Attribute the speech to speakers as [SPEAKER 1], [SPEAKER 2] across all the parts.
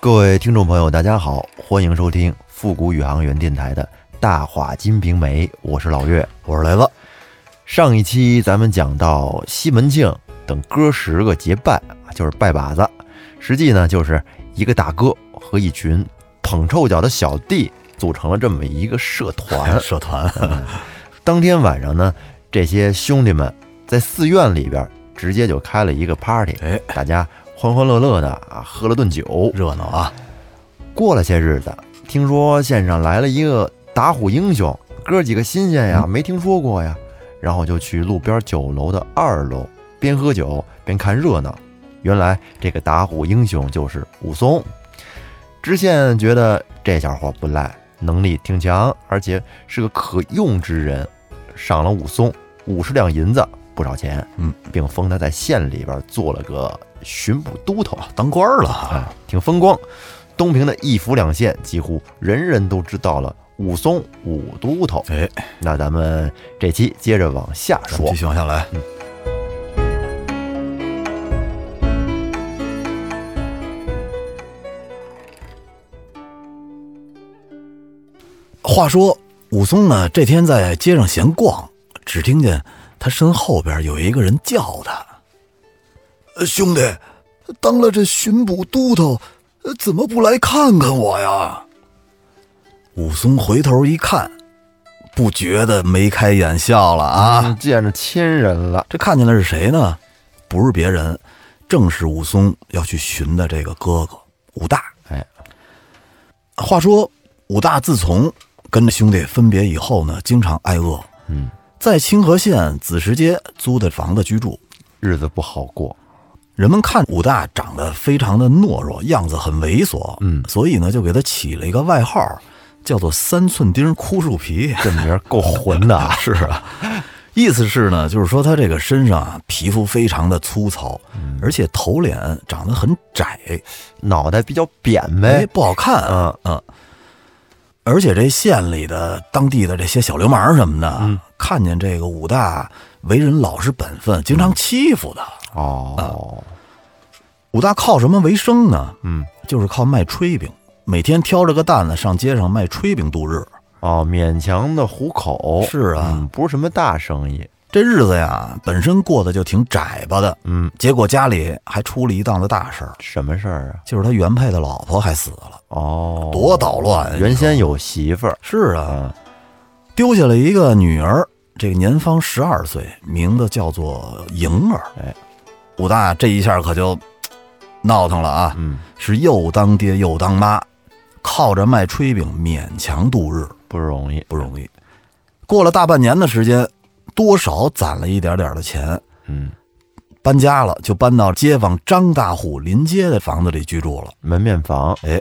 [SPEAKER 1] 各位听众朋友，大家好，欢迎收听复古宇航员电台的《大话金瓶梅》，我是老岳。
[SPEAKER 2] 我是雷子，。
[SPEAKER 1] 上一期咱们讲到西门庆等哥十个结拜，就是拜把子，实际呢就是一个大哥和一群捧臭脚的小弟组成了这么一个社团 嗯
[SPEAKER 2] 社团
[SPEAKER 1] 当天晚上呢，这些兄弟们在寺院里边直接就开了一个 party，
[SPEAKER 2] 哎
[SPEAKER 1] 大家欢欢乐乐的啊，喝了顿酒。
[SPEAKER 2] 热闹啊，
[SPEAKER 1] 过了些日子，听说县上来了一个打虎英雄，哥几个新鲜呀，没听说过呀，然后就去路边酒楼的二楼，边喝酒边看热闹。原来这个打虎英雄就是武松。知县觉得这小伙不赖，能力挺强，而且是个可用之人，赏了武松五十两银子，不少钱，
[SPEAKER 2] 嗯，
[SPEAKER 1] 并封他在县里边做了个巡捕都头。
[SPEAKER 2] 当官儿了啊，
[SPEAKER 1] 啊，挺风光。东平的一府两县几乎人人都知道了武松武都头。
[SPEAKER 2] 哎，
[SPEAKER 1] 那咱们这期接着往下
[SPEAKER 2] 咱们
[SPEAKER 1] 说
[SPEAKER 2] 继。续往下来，话说武松呢，这天在街上闲逛，只听见他身后边有一个人叫他：“呃兄弟，当了这巡捕都头，呃怎么不来看看我呀？”武松回头一看，不觉得眉开眼笑了啊！
[SPEAKER 1] 嗯，见着亲人了，
[SPEAKER 2] 这看见的是谁呢？不是别人，正是武松要去寻的这个哥哥武大。
[SPEAKER 1] 哎，
[SPEAKER 2] 话说武大自从跟着兄弟分别以后呢，经常挨饿，
[SPEAKER 1] 嗯，
[SPEAKER 2] 在清河县子时街租的房子居住。
[SPEAKER 1] 日子不好过。
[SPEAKER 2] 人们看武大长得非常的懦弱，样子很猥琐，
[SPEAKER 1] 嗯
[SPEAKER 2] 所以呢就给他起了一个外号，叫做“三寸丁枯树皮”。！
[SPEAKER 1] 这名儿够混的啊
[SPEAKER 2] 是啊，意思是呢，就是说他这个身上啊，皮肤非常的粗糙，
[SPEAKER 1] 嗯
[SPEAKER 2] 而且头脸长得很窄，
[SPEAKER 1] 脑袋比较扁呗。
[SPEAKER 2] 哎，不好看啊。
[SPEAKER 1] 哎嗯，
[SPEAKER 2] 而且这县里的当地的这些小流氓什么的，啊
[SPEAKER 1] 嗯
[SPEAKER 2] 看见这个武大为人老实本分，经
[SPEAKER 1] 嗯
[SPEAKER 2] 常欺负他。
[SPEAKER 1] 哦，
[SPEAKER 2] 武大靠什么为生呢？
[SPEAKER 1] 嗯，
[SPEAKER 2] 就是靠卖炊饼，每天挑着个担子上街上卖炊饼度日。
[SPEAKER 1] 哦，勉强的糊口。
[SPEAKER 2] 是啊
[SPEAKER 1] 嗯，不是什么大生意。
[SPEAKER 2] 这日子呀，本身过得就挺窄巴的，
[SPEAKER 1] 嗯，
[SPEAKER 2] 结果家里还出了一档子大事儿，
[SPEAKER 1] 什么事儿啊？
[SPEAKER 2] 就是他原配的老婆还死了，
[SPEAKER 1] 哦，
[SPEAKER 2] 多捣乱呀！
[SPEAKER 1] 原先嗯有媳妇儿，
[SPEAKER 2] 是啊，丢下了一个女儿，这个年方十二岁，名字叫做莹儿。
[SPEAKER 1] 哎，
[SPEAKER 2] 武大这一下可就嘖闹腾了啊，
[SPEAKER 1] 嗯，
[SPEAKER 2] 是又当爹又当妈，靠着卖炊饼勉强度日，
[SPEAKER 1] 不容易，
[SPEAKER 2] 不容易。过了大半年的时间，多少攒了一点点的钱，
[SPEAKER 1] 嗯，
[SPEAKER 2] 搬家了，就搬到街坊张大户临街的房子里居住了。
[SPEAKER 1] 门面房。
[SPEAKER 2] 哎，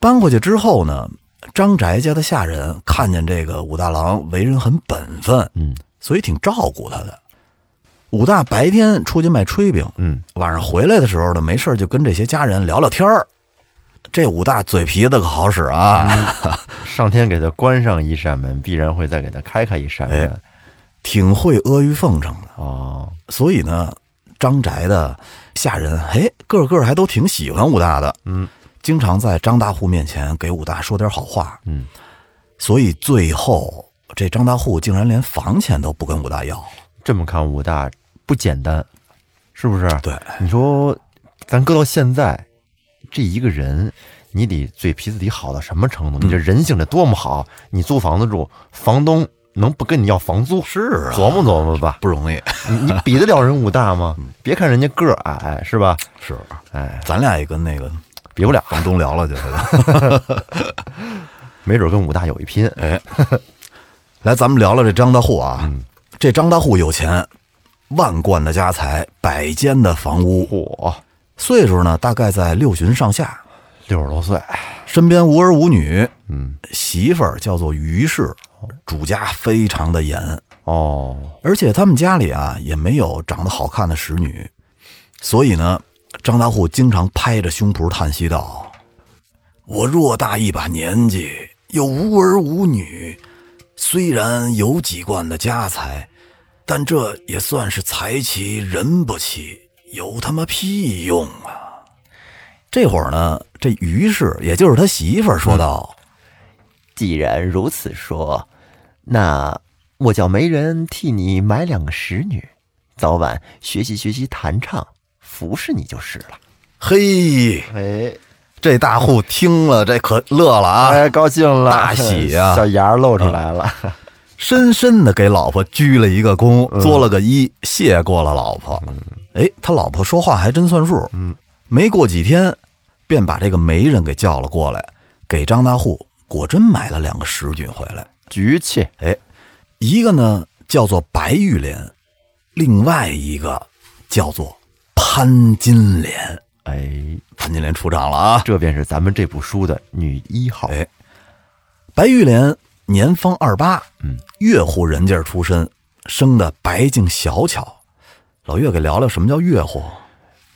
[SPEAKER 2] 搬过去之后呢，张宅家的下人看见这个武大郎为人很本分，
[SPEAKER 1] 嗯
[SPEAKER 2] 所以挺照顾他的。武大白天出去卖炊饼，
[SPEAKER 1] 嗯，
[SPEAKER 2] 晚上回来的时候呢，没事儿就跟这些家人聊聊天儿。这武大嘴皮子可好使啊，
[SPEAKER 1] 上天给他关上一扇门，必然会再给他开开一扇门。
[SPEAKER 2] 哎挺会阿谀奉承的。
[SPEAKER 1] 哦，
[SPEAKER 2] 所以呢，张宅的下人，哎，个个还都挺喜欢武大的，
[SPEAKER 1] 嗯，
[SPEAKER 2] 经常在张大户面前给武大说点好话，
[SPEAKER 1] 嗯，
[SPEAKER 2] 所以最后这张大户竟然连房钱都不跟武大要。
[SPEAKER 1] 这么看武大不简单，是不是？
[SPEAKER 2] 对，
[SPEAKER 1] 你说，咱搁到现在，这一个人，你得嘴皮子得好到什么程度？
[SPEAKER 2] 嗯
[SPEAKER 1] 你这人性得多么好？你租房子住，房东能不跟你要房租？
[SPEAKER 2] 是啊
[SPEAKER 1] 琢磨琢磨 吧，
[SPEAKER 2] 不容易。
[SPEAKER 1] 你你比得了人武大吗？
[SPEAKER 2] 嗯
[SPEAKER 1] 别看人家个儿矮，是吧？
[SPEAKER 2] 是，
[SPEAKER 1] 哎，
[SPEAKER 2] 咱俩也跟那个
[SPEAKER 1] 比不了，
[SPEAKER 2] 房东聊了去了。
[SPEAKER 1] 没准跟武大有一拼。
[SPEAKER 2] 哎来，咱们聊聊这张大户啊。这张大户有钱，万贯的家财，百间的房屋，
[SPEAKER 1] 嚯，
[SPEAKER 2] 岁数呢大概在六旬上下，
[SPEAKER 1] 六十多岁，
[SPEAKER 2] 身边无儿无女，
[SPEAKER 1] 嗯，
[SPEAKER 2] 媳妇儿叫做于氏，主家非常的严，
[SPEAKER 1] 哦，
[SPEAKER 2] 而且他们家里啊也没有长得好看的使女，所以呢，张大户经常拍着胸脯叹息道：“我偌大一把年纪，又无儿无女，虽然有几贯的家财，但这也算是财齐人不齐，有他妈屁用啊！这会儿呢，这于氏也就是他媳妇儿说道
[SPEAKER 1] 既然如此说，那我叫媒人替你买两个使女，早晚学习学习弹唱，服侍你就是了。：“
[SPEAKER 2] 嘿，
[SPEAKER 1] 哎
[SPEAKER 2] 这大户听了这可乐了啊！”
[SPEAKER 1] 哎，高兴了，
[SPEAKER 2] 大喜呀
[SPEAKER 1] 小牙露出来了。
[SPEAKER 2] 深深的给老婆鞠了一个躬，作了个揖，谢过了老婆。哎，他老婆说话还真算数。嗯，没过几天，便把这个媒人给叫了过来，给张大户果真买了两个十女回来。
[SPEAKER 1] 局气，
[SPEAKER 2] 哎，一个呢叫做白玉莲，另外一个叫做潘金莲。
[SPEAKER 1] 哎，
[SPEAKER 2] 潘金莲出场了啊！
[SPEAKER 1] 这便是咱们这部书的女一号。
[SPEAKER 2] 哎白玉莲年方二八，
[SPEAKER 1] 嗯，
[SPEAKER 2] 越户人家出身，生的白净小巧。老岳给聊聊什么叫越户？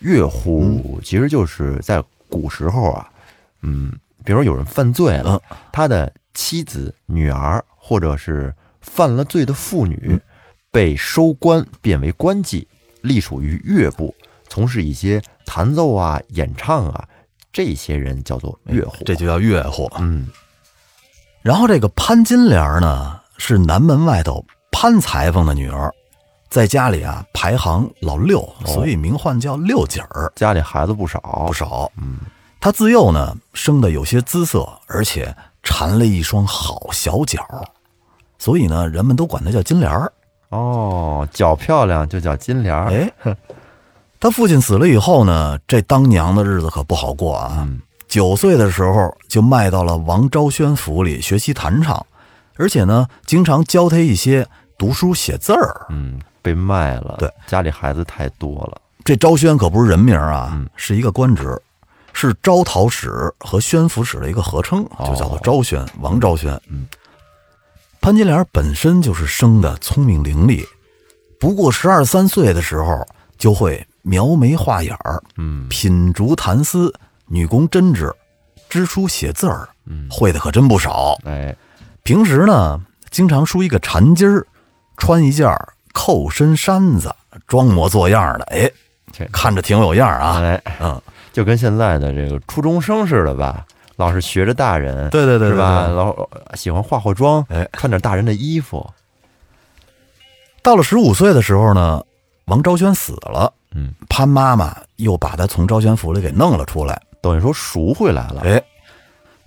[SPEAKER 1] 乐
[SPEAKER 2] 嗯
[SPEAKER 1] 户其实就是在古时候啊，嗯，比如有人犯罪了，
[SPEAKER 2] 嗯
[SPEAKER 1] 他的妻子、女儿或者是犯了罪的妇
[SPEAKER 2] 嗯
[SPEAKER 1] 女，被收官贬为官妓，隶属于乐部，从事一些弹奏啊、演唱啊，这些人叫做乐户。
[SPEAKER 2] 这就叫越户。
[SPEAKER 1] 嗯，
[SPEAKER 2] 然后这个潘金莲呢，是南门外头潘裁缝的女儿，在家里啊排行老六，
[SPEAKER 1] 哦
[SPEAKER 2] 所以名唤叫六姐儿，
[SPEAKER 1] 家里孩子不少
[SPEAKER 2] 不，少。嗯，她自幼呢生的有些姿色，而且缠了一双好小脚，所以呢人们都管她叫金莲儿。
[SPEAKER 1] 哦，脚漂亮就叫金莲儿，
[SPEAKER 2] 哎，他父亲死了以后呢，这当娘的日子可不好过啊。九、岁的时候就卖到了王昭宣府里学习弹唱，而且呢，经常教他一些读书写字儿。
[SPEAKER 1] 嗯，被卖了，
[SPEAKER 2] 对，
[SPEAKER 1] 家里孩子太多了，
[SPEAKER 2] 这昭宣可不是人名啊，是一个官职，是招讨使和宣抚使的一个合称，就叫做昭宣，王昭宣。嗯，潘金莲本身就是生的聪明伶俐，不过十二三岁的时候就会描眉画眼儿，
[SPEAKER 1] 嗯，
[SPEAKER 2] 品竹弹丝，女工针织，知书写字儿，会的可真不少。
[SPEAKER 1] 哎，
[SPEAKER 2] 平时呢，经常梳一个缠巾儿，穿一件儿扣身衫子，装模作样儿的，哎，
[SPEAKER 1] 这
[SPEAKER 2] 看着挺有样儿啊。
[SPEAKER 1] 哎，
[SPEAKER 2] 嗯，
[SPEAKER 1] 就跟现在的这个初中生似的吧，老是学着大人，
[SPEAKER 2] 对对对对
[SPEAKER 1] 是吧？
[SPEAKER 2] 对
[SPEAKER 1] 老喜欢化化妆，
[SPEAKER 2] 哎
[SPEAKER 1] 穿点大人的衣服，
[SPEAKER 2] 到了十五岁的时候呢，王昭宣死了，
[SPEAKER 1] 嗯，
[SPEAKER 2] 潘妈妈又把他从昭宣府里给弄了出来，
[SPEAKER 1] 等于说赎回来了。
[SPEAKER 2] 哎，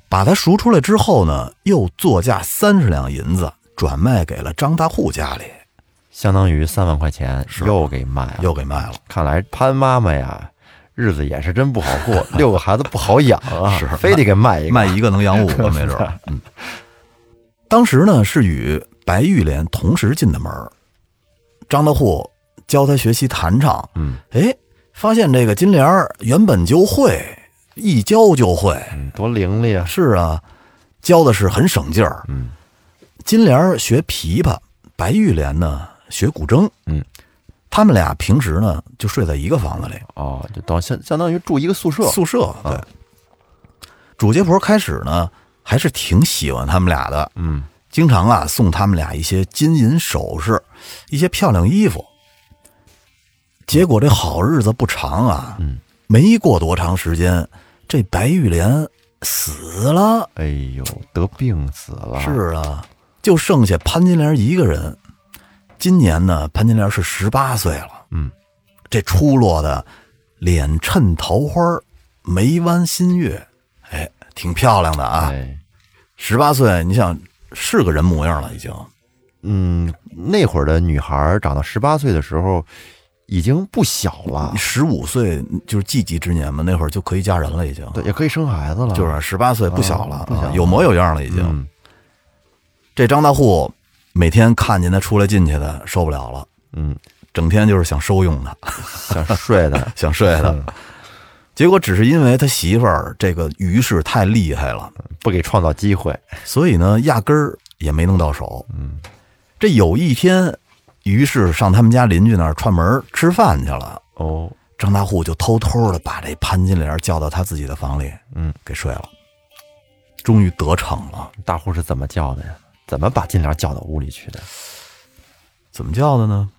[SPEAKER 2] 把他赎出来之后呢，又作价三十两银子转卖给了张大户家里，
[SPEAKER 1] 相当于三万块钱又给卖了。
[SPEAKER 2] 啊又给卖了。
[SPEAKER 1] 看来潘妈妈呀，日子也是真不好 过，六个孩子不好养啊，
[SPEAKER 2] 是
[SPEAKER 1] 非得给卖一个。
[SPEAKER 2] 卖一个能养五 个，没准儿。嗯，当时呢是与白玉莲同时进的门儿，张大户教他学习弹唱，
[SPEAKER 1] 嗯，
[SPEAKER 2] 哎，发现这个金莲儿原本就会，一教就会。
[SPEAKER 1] 嗯多伶俐啊！
[SPEAKER 2] 是啊，教的是很省劲儿。
[SPEAKER 1] 嗯，
[SPEAKER 2] 金莲儿学琵琶，白玉莲呢学古筝。
[SPEAKER 1] 嗯，
[SPEAKER 2] 他们俩平时呢就睡在一个房子里，
[SPEAKER 1] 哦，就等相相当于住一个宿舍。
[SPEAKER 2] 宿舍。对，主接婆开始呢还是挺喜欢他们俩的，
[SPEAKER 1] 嗯，
[SPEAKER 2] 经常啊送他们俩一些金银首饰，一些漂亮衣服。结果这好日子不长啊，嗯，没过多长时间，这白玉莲死了。
[SPEAKER 1] 哎呦，得病死了。
[SPEAKER 2] 是啊，就剩下潘金莲一个人。今年呢，潘金莲是十八岁了。
[SPEAKER 1] 嗯，
[SPEAKER 2] 这出落的脸衬桃花，眉弯新月，哎，挺漂亮的啊。
[SPEAKER 1] 哎，
[SPEAKER 2] 十八岁，你想是个人模样了已经。
[SPEAKER 1] 嗯，那会儿的女孩儿长到十八岁的时候，已经不小了。
[SPEAKER 2] 十五岁就是及笄之年嘛，那会儿就可以嫁人了已经。
[SPEAKER 1] 对，也可以生孩子了，
[SPEAKER 2] 就是啊十八岁不小了，啊
[SPEAKER 1] 不小了
[SPEAKER 2] 有模有样了已经。
[SPEAKER 1] 嗯，
[SPEAKER 2] 这张大户每天看见他出来进去的，受不了了，
[SPEAKER 1] 嗯，
[SPEAKER 2] 整天就是想收用他。，
[SPEAKER 1] 想睡的
[SPEAKER 2] 想睡他。结果只是因为他媳妇儿这个于氏太厉害了，
[SPEAKER 1] 不给创造机会，
[SPEAKER 2] 所以呢压根儿也没弄到手。嗯，这有一天，于氏上他们家邻居那儿串门儿吃饭去了，
[SPEAKER 1] 哦，
[SPEAKER 2] 张大户就偷偷的把这潘金莲叫到他自己的房里，
[SPEAKER 1] 嗯，
[SPEAKER 2] 给睡了。终于得逞了，
[SPEAKER 1] 大户是怎么叫的呀？怎么把金莲叫到屋里 去的？
[SPEAKER 2] 怎么叫的呢？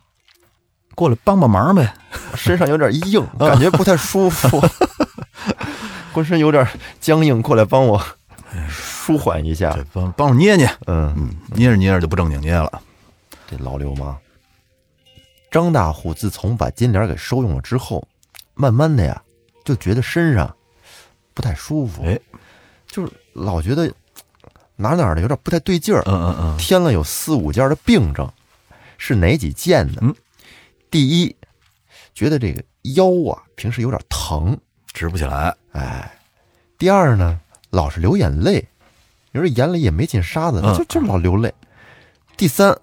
[SPEAKER 2] 过来帮帮忙呗。
[SPEAKER 1] 身上有点硬，感觉不太舒服。浑身有点僵硬，过来帮我舒缓一下
[SPEAKER 2] 这。帮帮我捏捏，
[SPEAKER 1] 哎嗯，
[SPEAKER 2] 嗯，捏着捏着就不正经捏了。
[SPEAKER 1] 这老流氓。张大户自从把金莲给收用了之后，慢慢的呀，就觉得身上不太舒服，
[SPEAKER 2] 哎，
[SPEAKER 1] 就是老觉得哪哪儿的有点不太对劲儿，
[SPEAKER 2] 嗯嗯嗯，
[SPEAKER 1] 添了有四五件的病症，是哪几件呢？
[SPEAKER 2] 嗯
[SPEAKER 1] 第一，觉得这个腰啊平时有点疼；
[SPEAKER 2] 直不起来。
[SPEAKER 1] 第二呢，老是流眼泪，有时候眼里也没进沙子，
[SPEAKER 2] 嗯
[SPEAKER 1] 就就老流泪；第三，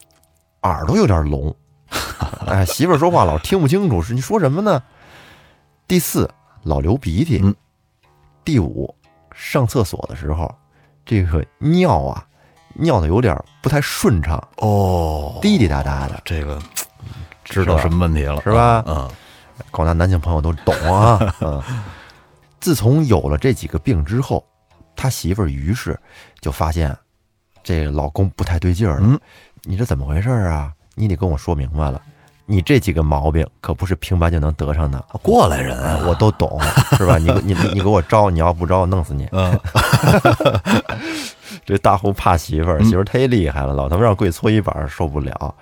[SPEAKER 1] 耳朵有点 聋，哎，媳妇儿说话老听不清楚，是你说什么呢？第四，老流鼻涕；
[SPEAKER 2] 嗯
[SPEAKER 1] 第五，上厕所的时候，这个尿啊尿的有点不太顺畅，
[SPEAKER 2] 哦，
[SPEAKER 1] 滴滴答答的。
[SPEAKER 2] 这个知道什么问题了，
[SPEAKER 1] 是吧
[SPEAKER 2] 嗯，
[SPEAKER 1] 广大男性朋友都懂 啊。嗯，自从有了这几个病之后，他媳妇儿于是就发现这老公不太对劲儿了。
[SPEAKER 2] 嗯
[SPEAKER 1] 你这怎么回事儿啊？你得跟我说明白了。你这几个毛病可不是平白就能得上的，
[SPEAKER 2] 过来人
[SPEAKER 1] 哎
[SPEAKER 2] 啊，
[SPEAKER 1] 我都懂，是吧？你你你给我招，你要不招，我弄死你！
[SPEAKER 2] 嗯，
[SPEAKER 1] 这大户怕媳妇儿，
[SPEAKER 2] 嗯
[SPEAKER 1] 媳妇儿忒厉害了，老他妈让跪搓衣板儿受不了。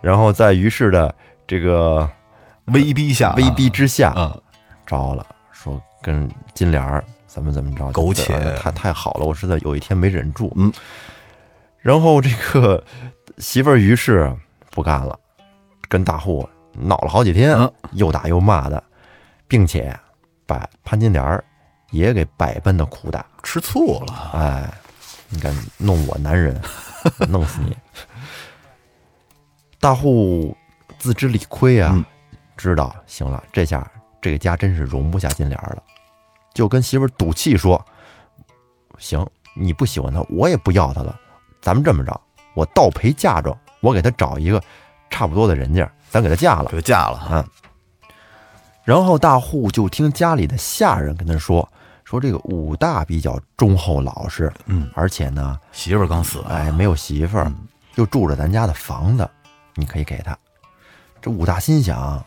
[SPEAKER 1] 然后在于是的这个
[SPEAKER 2] 威逼下啊
[SPEAKER 1] 威逼之下，
[SPEAKER 2] 啊，
[SPEAKER 1] 招了，说跟金莲儿怎么怎么着，
[SPEAKER 2] 苟且
[SPEAKER 1] 这哎太太好了，我实在有一天没忍住，
[SPEAKER 2] 嗯，
[SPEAKER 1] 然后这个媳妇儿于是不干了，跟大户闹了好几天，
[SPEAKER 2] 嗯
[SPEAKER 1] 又打又骂的，并且把潘金莲儿也给百般的苦打，
[SPEAKER 2] 吃醋了，
[SPEAKER 1] 哎，你敢弄我男 人，弄死你！大户自知理亏啊，
[SPEAKER 2] 嗯
[SPEAKER 1] 知道行了，这下这个家真是容不下金莲了，就跟媳妇儿赌气说：“行，你不喜欢他，我也不要他了，咱们这么着，我倒赔嫁妆，我给他找一个差不多的人家，咱给他嫁了。”
[SPEAKER 2] 给他嫁了啊，
[SPEAKER 1] 然后大户就听家里的下人跟他说：“说这个武大比较忠厚老实，
[SPEAKER 2] 嗯，
[SPEAKER 1] 而且呢，
[SPEAKER 2] 媳妇儿刚死，
[SPEAKER 1] 哎，没有媳妇儿
[SPEAKER 2] 嗯，
[SPEAKER 1] 又住着咱家的房子，你可以给他。这武大心想，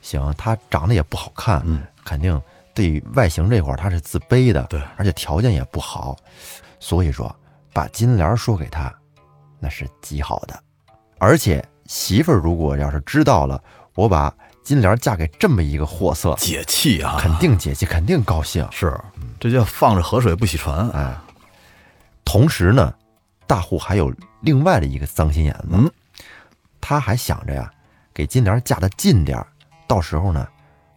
[SPEAKER 1] 行，他长得也不好看，
[SPEAKER 2] 嗯
[SPEAKER 1] 肯定对于外形这块儿他是自卑的，
[SPEAKER 2] 对，
[SPEAKER 1] 而且条件也不好，所以说把金莲儿说给他，那是极好的。而且媳妇儿如果要是知道了我把金莲儿嫁给这么一个货色，
[SPEAKER 2] 解气啊，
[SPEAKER 1] 肯定姐姐肯定高兴。
[SPEAKER 2] 是，这叫放着河水不洗船，
[SPEAKER 1] 哎，同时呢，大户还有另外的一个脏心眼子，
[SPEAKER 2] 嗯
[SPEAKER 1] 他还想着呀，给金莲嫁得近点儿，到时候呢，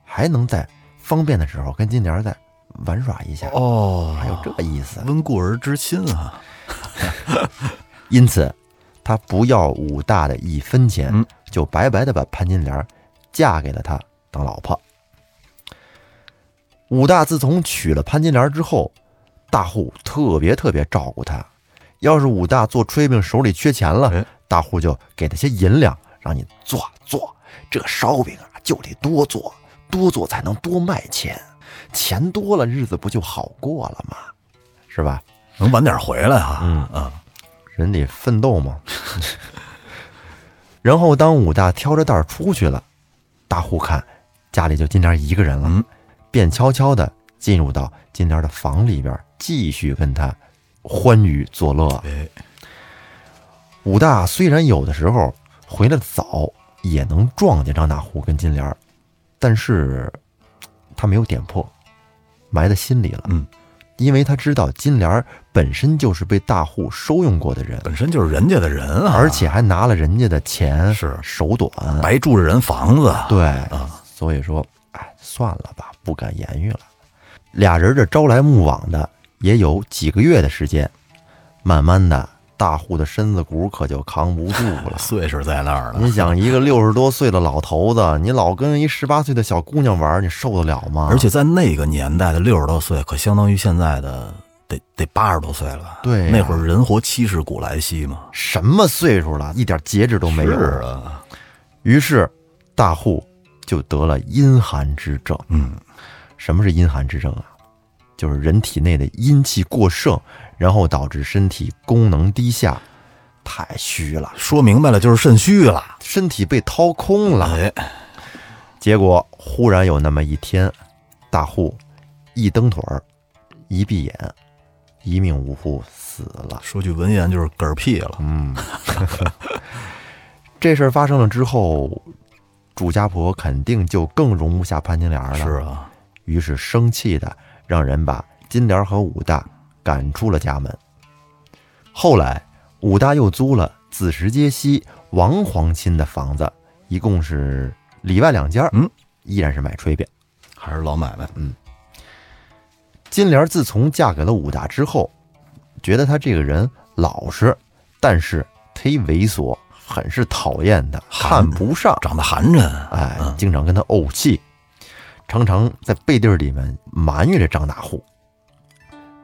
[SPEAKER 1] 还能在方便的时候跟金莲再玩耍一下。
[SPEAKER 2] 哦，
[SPEAKER 1] 还有这意思，
[SPEAKER 2] 温故而知新啊，
[SPEAKER 1] 因此他不要武大的一分钱，
[SPEAKER 2] 嗯
[SPEAKER 1] 就白白的把潘金莲嫁给了他当老婆。武大自从娶了潘金莲之后，大户特别特别照顾他。要是武大做炊饼手里缺钱了，
[SPEAKER 2] 哎
[SPEAKER 1] 大户就给他些银两，让你做做这烧饼啊，就得多做，多做才能多卖钱，钱多了日子不就好过了吗？是吧？
[SPEAKER 2] 能晚点回来哈，
[SPEAKER 1] 嗯
[SPEAKER 2] 嗯
[SPEAKER 1] 人得奋斗嘛。然后当武大挑着担儿出去了，大户看家里就金莲一个人了，
[SPEAKER 2] 嗯
[SPEAKER 1] 便悄悄的进入到金莲的房里边，继续跟她欢娱作乐。
[SPEAKER 2] 哎，
[SPEAKER 1] 武大虽然有的时候回来早，也能撞见张大户跟金莲儿，但是他没有点破，埋在心里了。
[SPEAKER 2] 嗯，
[SPEAKER 1] 因为他知道金莲儿本身就是被大户收用过的人，
[SPEAKER 2] 本身就是人家的人啊，
[SPEAKER 1] 而且还拿了人家的钱，
[SPEAKER 2] 是
[SPEAKER 1] 手短，
[SPEAKER 2] 白住着人房子，
[SPEAKER 1] 对
[SPEAKER 2] 啊，
[SPEAKER 1] 所以说，哎，算了吧，不敢言语了。俩人这朝来暮往的，也有几个月的时间，慢慢的，大户的身子骨可就扛不住 了。
[SPEAKER 2] 岁数在那儿呢，
[SPEAKER 1] 你想，一个六十多岁的老头子，你老跟一十八岁的小姑娘玩，你受得了吗？
[SPEAKER 2] 而，且在那个年代的六十多岁，可相当于现在的得得八十多岁了吧？
[SPEAKER 1] 对呀
[SPEAKER 2] 那会儿人活七十古来稀嘛，
[SPEAKER 1] 什么岁数了，一点节制都没有。
[SPEAKER 2] 是啊，
[SPEAKER 1] 于是，大户就得了阴寒之症。
[SPEAKER 2] 嗯，
[SPEAKER 1] 什么是阴寒之症啊？就是人体内的阴气过盛，然后导致身体功能低下，太虚了，
[SPEAKER 2] 说明白了就是肾虚了，
[SPEAKER 1] 身体被掏空了。
[SPEAKER 2] 哎，
[SPEAKER 1] 结果忽然有那么一天，大户一蹬腿儿，一闭眼，一命呜呼，死了。
[SPEAKER 2] 说句文言就是嗝屁了。
[SPEAKER 1] 嗯，这事儿发生了之后，祝家婆肯定就更容不下潘金莲了，
[SPEAKER 2] 是啊，
[SPEAKER 1] 于是生气的让人把金莲和武大赶出了家门。后来，武大又租了子时街西王皇亲的房子，一共是里外两间，
[SPEAKER 2] 嗯，
[SPEAKER 1] 依然是买炊饼。
[SPEAKER 2] 还是老买卖。
[SPEAKER 1] 金莲自从嫁给了武大之后，觉得他这个人老实，但是忒猥琐，很是讨厌的，看
[SPEAKER 2] 寒
[SPEAKER 1] 不上，
[SPEAKER 2] 长得寒碜，
[SPEAKER 1] 哎，经常跟他怄气，常常在背地儿里面埋怨着张大户。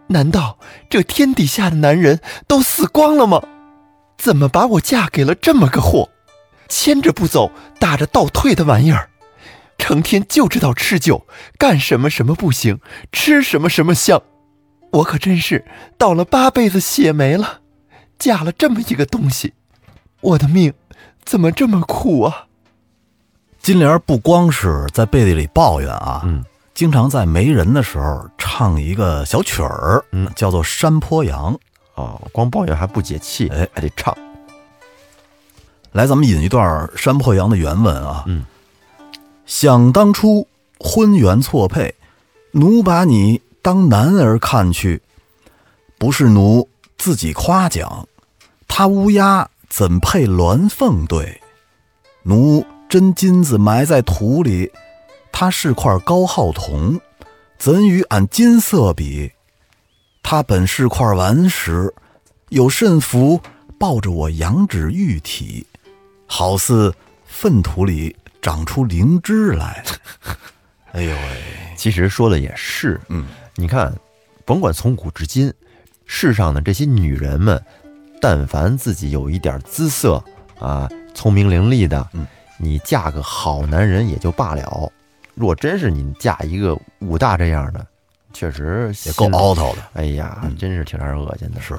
[SPEAKER 1] 难道这天底下的男人都死光了吗？怎么把我嫁给了这么个货，牵着不走，打着倒退的玩意儿，成天就知道吃酒，干什么什么不行，吃什么什么香，我可真是倒了八辈子血霉了，嫁了这么一个东西，我的命怎么这么苦啊？
[SPEAKER 2] 金莲不光是在背地里抱怨啊，
[SPEAKER 1] 嗯，
[SPEAKER 2] 经常在没人的时候唱一个小曲儿，
[SPEAKER 1] 嗯，
[SPEAKER 2] 叫做《山坡羊》。
[SPEAKER 1] 哦，光抱怨还不解气，
[SPEAKER 2] 哎
[SPEAKER 1] 还得唱。
[SPEAKER 2] 来，咱们引一段《山坡羊》的原文啊。
[SPEAKER 1] 嗯，
[SPEAKER 2] 想当初婚缘错配，奴把你当男儿看去，不是奴自己夸奖，他乌鸦怎配鸾凤对？奴真金子埋在土里，他是块高浩铜，怎与俺金色比？他本是块顽石，有甚福抱着我羊脂玉体，好似粪土里长出灵芝来。 哎呦喂，
[SPEAKER 1] 其实说的也是，
[SPEAKER 2] 嗯，
[SPEAKER 1] 你看，甭管从古至今，世上的这些女人们，但凡自己有一点姿色啊，聪明伶俐的，
[SPEAKER 2] 嗯
[SPEAKER 1] 你嫁个好男人也就罢了。若真是你嫁一个武大这样的，确实
[SPEAKER 2] 也够
[SPEAKER 1] 心里。
[SPEAKER 2] 凹头的。
[SPEAKER 1] 哎呀，真是挺让人恶心的。
[SPEAKER 2] 是，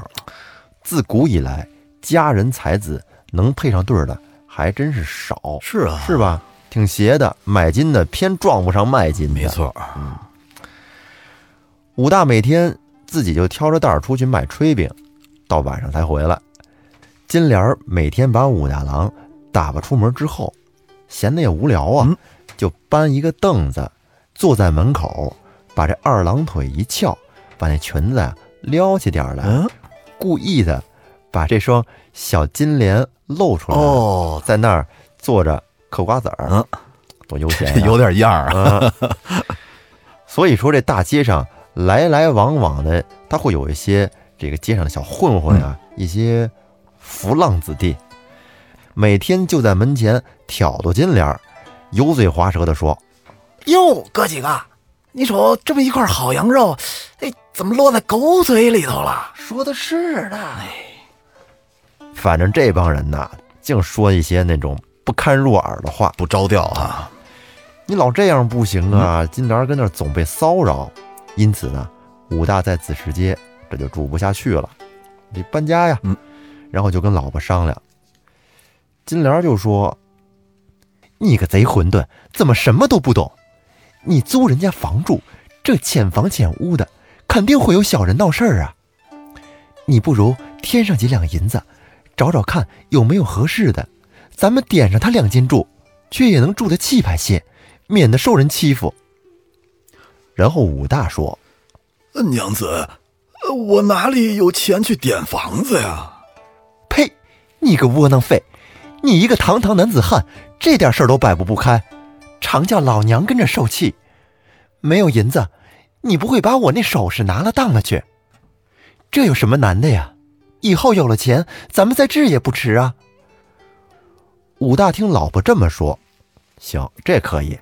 [SPEAKER 1] 自古以来，佳人才子能配上对儿的还真是少。
[SPEAKER 2] 是啊，
[SPEAKER 1] 是吧？挺邪的，买金的偏撞不上卖金的。
[SPEAKER 2] 没，错。
[SPEAKER 1] 武大每天自己就挑着担儿出去卖炊饼，到晚上才回来。金莲儿每天把武大郎打发出门之后，闲的也无聊啊，
[SPEAKER 2] 嗯
[SPEAKER 1] 就搬一个凳子坐在门口，把这二郎腿一翘，把那裙子啊撩起点儿来，
[SPEAKER 2] 嗯，
[SPEAKER 1] 故意的把这双小金莲露出来，
[SPEAKER 2] 哦，
[SPEAKER 1] 在那儿坐着嗑瓜子儿，
[SPEAKER 2] 嗯
[SPEAKER 1] 多悠闲、
[SPEAKER 3] 哎
[SPEAKER 2] 这
[SPEAKER 1] 啊，
[SPEAKER 2] 有点样儿啊。
[SPEAKER 1] 啊，所以说这大街上来来往往的，他会有一些这个街上的小混混啊，一些浮浪子弟，每天就在门前挑逗金莲儿，油嘴滑舌的说
[SPEAKER 3] 哟，哥几个，你瞅这么一块好羊肉，哎，怎么落在狗嘴里头了？说的是呢，
[SPEAKER 2] 哎
[SPEAKER 1] 反正这帮人呐，净说一些那种不堪入耳的话。
[SPEAKER 2] 不着调啊，
[SPEAKER 1] 你老这样不行啊！金莲儿跟那儿总被骚扰，因此呢，武大在子时街这就住不下去了，得搬家呀。
[SPEAKER 2] 嗯
[SPEAKER 1] 然后就跟老婆商量，金莲儿就说：“你个贼混沌，怎么什么都不懂？你租人家房住，这浅房浅屋的，肯定会有小人闹事儿啊！你不如添上几两银子，找找看有没有合适的，咱们点上他两斤住，却也能住得气派些。”免得受人欺负。然后武大说
[SPEAKER 2] 呃
[SPEAKER 3] 嗯
[SPEAKER 2] 娘子，呃我哪里有钱去点房子呀？：“
[SPEAKER 1] 呸！你个窝囊废，你一个堂堂男子汉，这点事儿都摆布不开，常叫老娘跟着受气。没有银子，你不会把我那首饰拿了当了去？这有什么难的呀？以后有了钱，咱们再治也不迟啊。”武大听老婆这么说，行，这可以。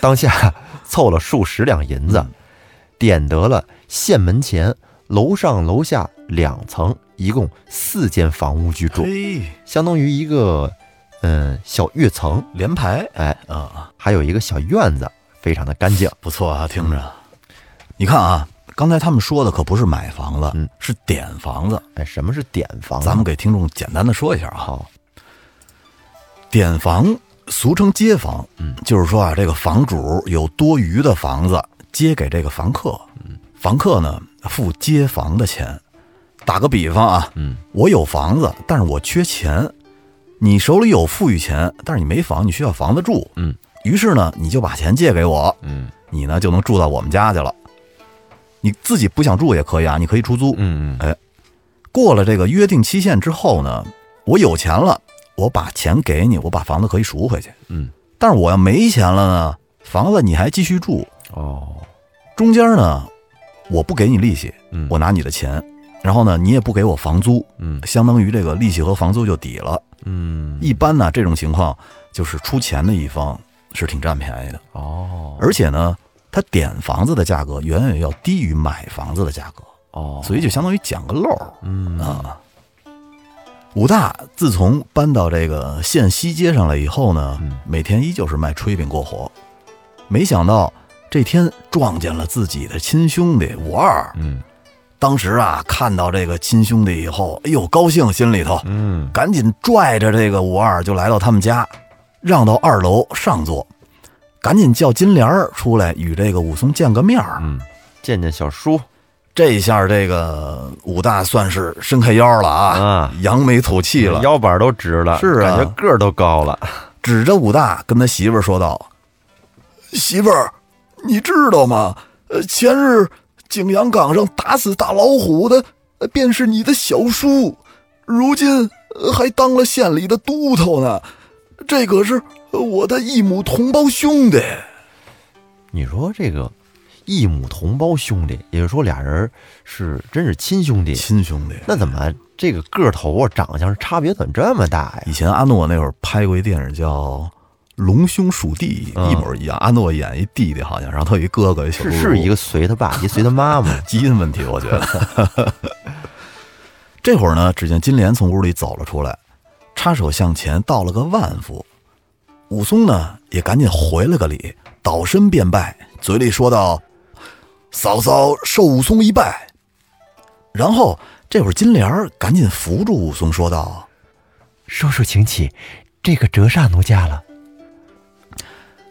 [SPEAKER 1] 当下 凑了数十两银子，点得了县门前楼上楼下两层，一共四间房屋居住，
[SPEAKER 2] 嘿，
[SPEAKER 1] 相当于一个嗯小跃层，
[SPEAKER 2] 连排
[SPEAKER 1] 哎，
[SPEAKER 2] 啊，
[SPEAKER 1] 还有一个小院子，非常的干净。
[SPEAKER 2] 不错啊，听着。你看啊，刚才他们说的可不是买房子，
[SPEAKER 1] 嗯
[SPEAKER 2] 是点房子。
[SPEAKER 1] 哎，什么是典房呢？
[SPEAKER 2] 咱们给听众简单的说一下啊，
[SPEAKER 1] 好，
[SPEAKER 2] 点房俗称街房，
[SPEAKER 1] 嗯，
[SPEAKER 2] 就是说啊，这个房主有多余的房子，接给这个房客，
[SPEAKER 1] 嗯
[SPEAKER 2] 房客呢付接房的钱。打个比方啊，
[SPEAKER 1] 嗯，
[SPEAKER 2] 我有房子，但是我缺钱。你手里有富裕钱，但是你没房，你需要房子住。
[SPEAKER 1] 嗯，
[SPEAKER 2] 于是呢，你就把钱借给我，
[SPEAKER 1] 嗯
[SPEAKER 2] 你呢就能住到我们家去了。你自己不想住也可以啊，你可以出租。
[SPEAKER 1] 嗯
[SPEAKER 2] 过了这个约定期限之后呢，我有钱了，我把钱给你，我把房子可以赎回去。
[SPEAKER 1] 嗯，
[SPEAKER 2] 但是我要没钱了呢，房子你还继续住，
[SPEAKER 1] 哦，
[SPEAKER 2] 中间呢，我不给你利息，
[SPEAKER 1] 嗯
[SPEAKER 2] 我拿你的钱，然后呢，你也不给我房租，
[SPEAKER 1] 嗯
[SPEAKER 2] 相当于这个利息和房租就抵了。
[SPEAKER 1] 嗯
[SPEAKER 2] 一般呢，这种情况就是出钱的一方是挺占便宜的，
[SPEAKER 1] 哦
[SPEAKER 2] 而且呢，他点房子的价格远远要低于买房子的价格，
[SPEAKER 1] 哦，
[SPEAKER 2] 所以就相当于捡个漏儿。
[SPEAKER 1] 嗯
[SPEAKER 2] 啊。武大自从搬到这个县西街上来以后呢
[SPEAKER 1] 嗯，
[SPEAKER 2] 每天依旧是卖炊饼过活。没想到这天撞见了自己的亲兄弟武二，
[SPEAKER 1] 嗯
[SPEAKER 2] 当时啊看到这个亲兄弟以后，哎呦高兴，心里头
[SPEAKER 1] 嗯
[SPEAKER 2] 赶紧拽着这个武二就来到他们家，让到二楼上座，赶紧叫金莲儿出来与这个武松见个面儿。
[SPEAKER 1] 嗯，见见小叔
[SPEAKER 2] 这一下这个武大算是伸开腰了啊
[SPEAKER 1] 啊，
[SPEAKER 2] 扬眉吐气了，
[SPEAKER 1] 腰板都直了，
[SPEAKER 2] 是啊
[SPEAKER 1] 感觉个儿都高了。
[SPEAKER 2] 指着武大跟他媳妇儿说道：“媳妇儿，你知道吗？呃，前日景阳岗上打死大老虎的，呃便是你的小叔，如今呃还当了县里的都头呢。这可是呃我的异母同胞兄弟。
[SPEAKER 1] 你说这个异母同胞兄弟，也就是说俩人是真是亲兄弟，
[SPEAKER 2] 亲兄弟。
[SPEAKER 1] 那怎么这个个头啊、长相差别怎么这么大呀？
[SPEAKER 2] 以前阿诺那会儿拍过一电影叫。”龙兄鼠弟
[SPEAKER 1] 嗯
[SPEAKER 2] 一模一样，阿诺演一弟弟好像，然后他有一哥哥，一小
[SPEAKER 1] 是
[SPEAKER 2] 喽
[SPEAKER 1] 是
[SPEAKER 2] 啰
[SPEAKER 1] 一个随他爸，一随他妈妈。
[SPEAKER 2] 基因问题，我觉得。 这会儿呢，只见金莲从屋里走了出来，插手向前道了个万福。武松呢，也赶紧回了个礼，倒身便拜，嘴里说道：“嫂嫂受武松一拜。”然后这会儿金莲儿赶紧扶住武松，说道
[SPEAKER 1] 叔叔请起，这个折煞奴家了。：“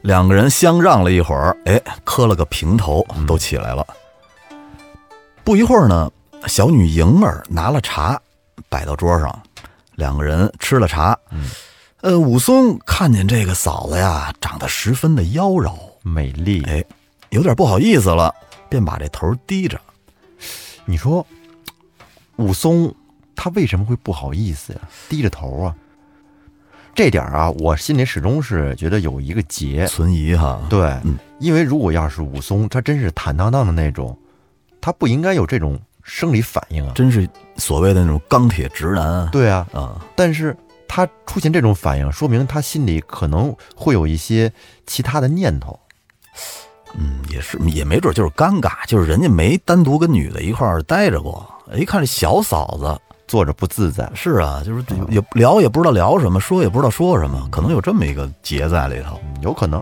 [SPEAKER 2] 两个人相让了一会儿，哎，磕了个平头，都起来了。不一会儿呢，小女莹儿拿了茶，摆到桌上，两个人吃了茶。呃，武松看见这个嫂子呀，长得十分的妖娆，
[SPEAKER 1] 美丽，
[SPEAKER 2] 哎，有点不好意思了，便把这头低着。
[SPEAKER 1] 你说武松他为什么会不好意思呀、低着头啊？这点儿啊，我心里始终是觉得有一个结。
[SPEAKER 2] 哎存疑哈，
[SPEAKER 1] 对，因为如果要是武松，他真是坦荡荡的那种，他不应该有这种生理反应啊。
[SPEAKER 2] 真是所谓的那种钢铁直男啊。
[SPEAKER 1] 对啊，
[SPEAKER 2] 啊，
[SPEAKER 1] 但是他出现这种反应，说明他心里可能会有一些其他的念头。
[SPEAKER 2] 嗯，也是，也没准就是尴尬，就是人家没单独跟女的一块儿待着过。一看这小嫂子，
[SPEAKER 1] 坐着不自在，
[SPEAKER 2] 是啊，就是
[SPEAKER 1] 嗯
[SPEAKER 2] 也聊也不知道聊什么，说也不知道说什么，可能有这么一个结在里头。
[SPEAKER 1] 嗯有可能。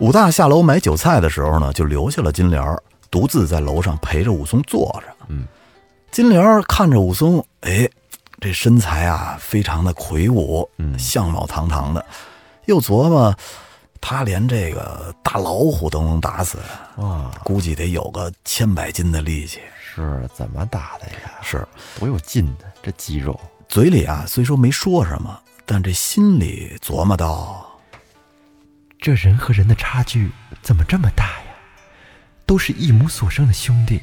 [SPEAKER 2] 武大下楼买韭菜的时候呢，就留下了金莲儿，独自在楼上陪着武松坐着。
[SPEAKER 1] 嗯，
[SPEAKER 2] 金莲儿看着武松，哎，这身材啊，非常的魁梧，
[SPEAKER 1] 嗯
[SPEAKER 2] 相貌堂堂的，又琢磨，他连这个大老虎都能打死，
[SPEAKER 1] 啊，
[SPEAKER 2] 估计得有个千百斤的力气。
[SPEAKER 1] 是怎么打的呀？
[SPEAKER 2] 是，
[SPEAKER 1] 多有劲的这肌肉，
[SPEAKER 2] 嘴里啊虽说没说什么，但这心里琢磨到。
[SPEAKER 4] 这人和人的差距怎么这么大呀？都是一母所生的兄弟，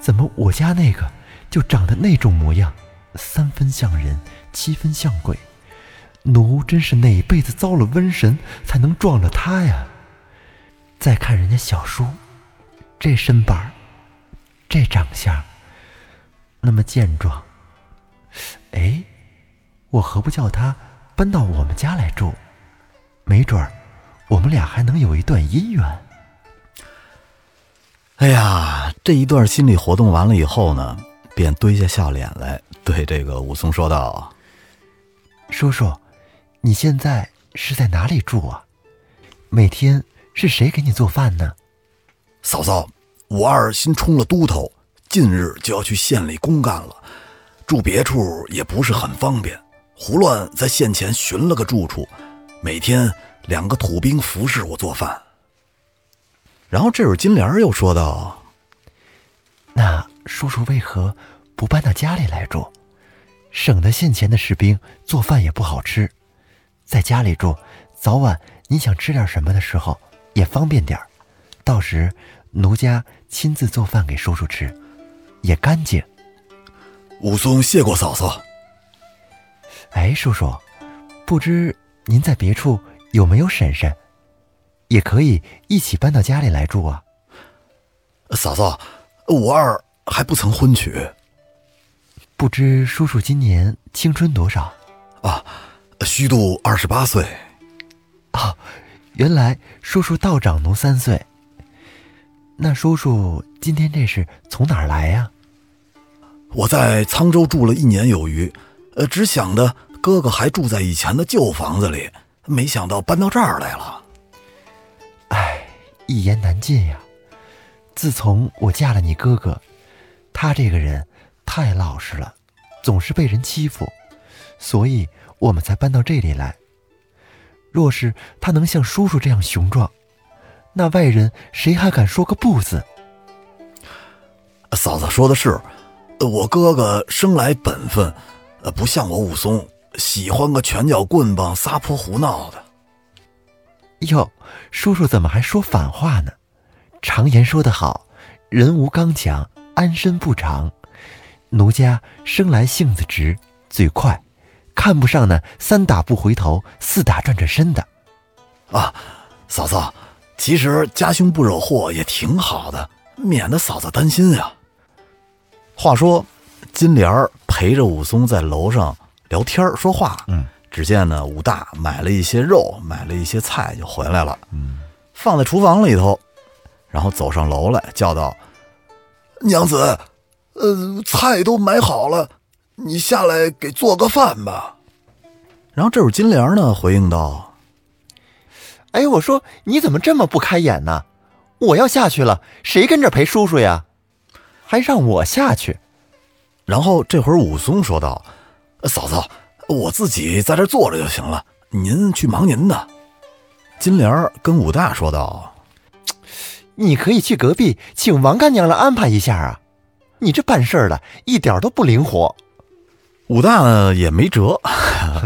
[SPEAKER 4] 怎么我家那个就长得那种模样？三分像人，七分像鬼。奴真是哪辈子遭了瘟神，才能撞了他呀？再看人家小叔，这身板儿，这长相，那么健壮。哎，我何不叫他搬到我们家来住？没准儿我们俩还能有一段姻缘。
[SPEAKER 2] 哎呀，这一段心理活动完了以后呢，便堆下笑脸来，对这个武松说道
[SPEAKER 4] 叔叔，你现在是在哪里住啊？每天是谁给你做饭呢？：“
[SPEAKER 2] 嫂嫂，武二新充了都头，近日就要去县里公干了，住别处也不是很方便。胡乱在县前寻了个住处，每天两个土兵服侍我做饭。然后这会儿金莲儿又说道
[SPEAKER 4] 那叔叔为何不搬到家里来住？省得现前的士兵做饭也不好吃，在家里住，早晚你想吃点什么的时候也方便点儿。到时奴家亲自做饭给叔叔吃，也干净。：“
[SPEAKER 2] 武松谢过嫂嫂。
[SPEAKER 4] 哎，叔叔，不知您在别处有没有婶婶？也可以一起搬到家里来住啊。
[SPEAKER 2] 嫂嫂，我二还不曾婚娶
[SPEAKER 4] 不知叔叔今年青春多少？
[SPEAKER 2] 啊，虚度二十八岁。
[SPEAKER 4] 原来叔叔道长奴三岁。那叔叔今天这是从哪儿来啊呀、
[SPEAKER 2] 我在沧州住了一年有余，呃，只想着哥哥还住在以前的旧房子里，没想到搬到这儿来了。
[SPEAKER 4] 唉，一言难尽呀。自从我嫁了你哥哥，他这个人太老实了，总是被人欺负，所以我们才搬到这里来。若是他能像叔叔这样雄壮，那外人谁还敢说个不字？
[SPEAKER 2] 嫂子说的是，呃我哥哥生来本分，呃，不像我武松喜欢个拳脚棍棒撒泼胡闹的。
[SPEAKER 4] 哟，叔叔怎么还说反话呢？常言说得好，人无刚强，安身不长。奴家生来性子直，嘴快，看不上那三打不回头、四打转转身的。
[SPEAKER 2] 啊嫂嫂，其实家兄不惹祸也挺好的，免得嫂子担心呀。话说，金莲儿陪着武松在楼上聊天儿说话。
[SPEAKER 1] 嗯，
[SPEAKER 2] 只见呢，武大买了一些肉，买了一些菜，就回来了，
[SPEAKER 1] 嗯，
[SPEAKER 2] 放在厨房里头，然后走上楼来，叫道：“娘子，呃，菜都买好了，你下来给做个饭吧。”然后这会儿金莲儿呢回应道：“
[SPEAKER 4] 哎，我说你怎么这么不开眼呢？我要下去了，谁跟着陪叔叔呀？还让我下去？
[SPEAKER 2] 然后这会儿武松说道：“呃嫂嫂，我自己在这坐着就行了，您去忙您的。”金莲儿跟武大说道
[SPEAKER 4] 你可以去隔壁请王干娘来安排一下啊！你这办事儿的一点儿都不灵活。：“
[SPEAKER 2] 武大呢也没辙，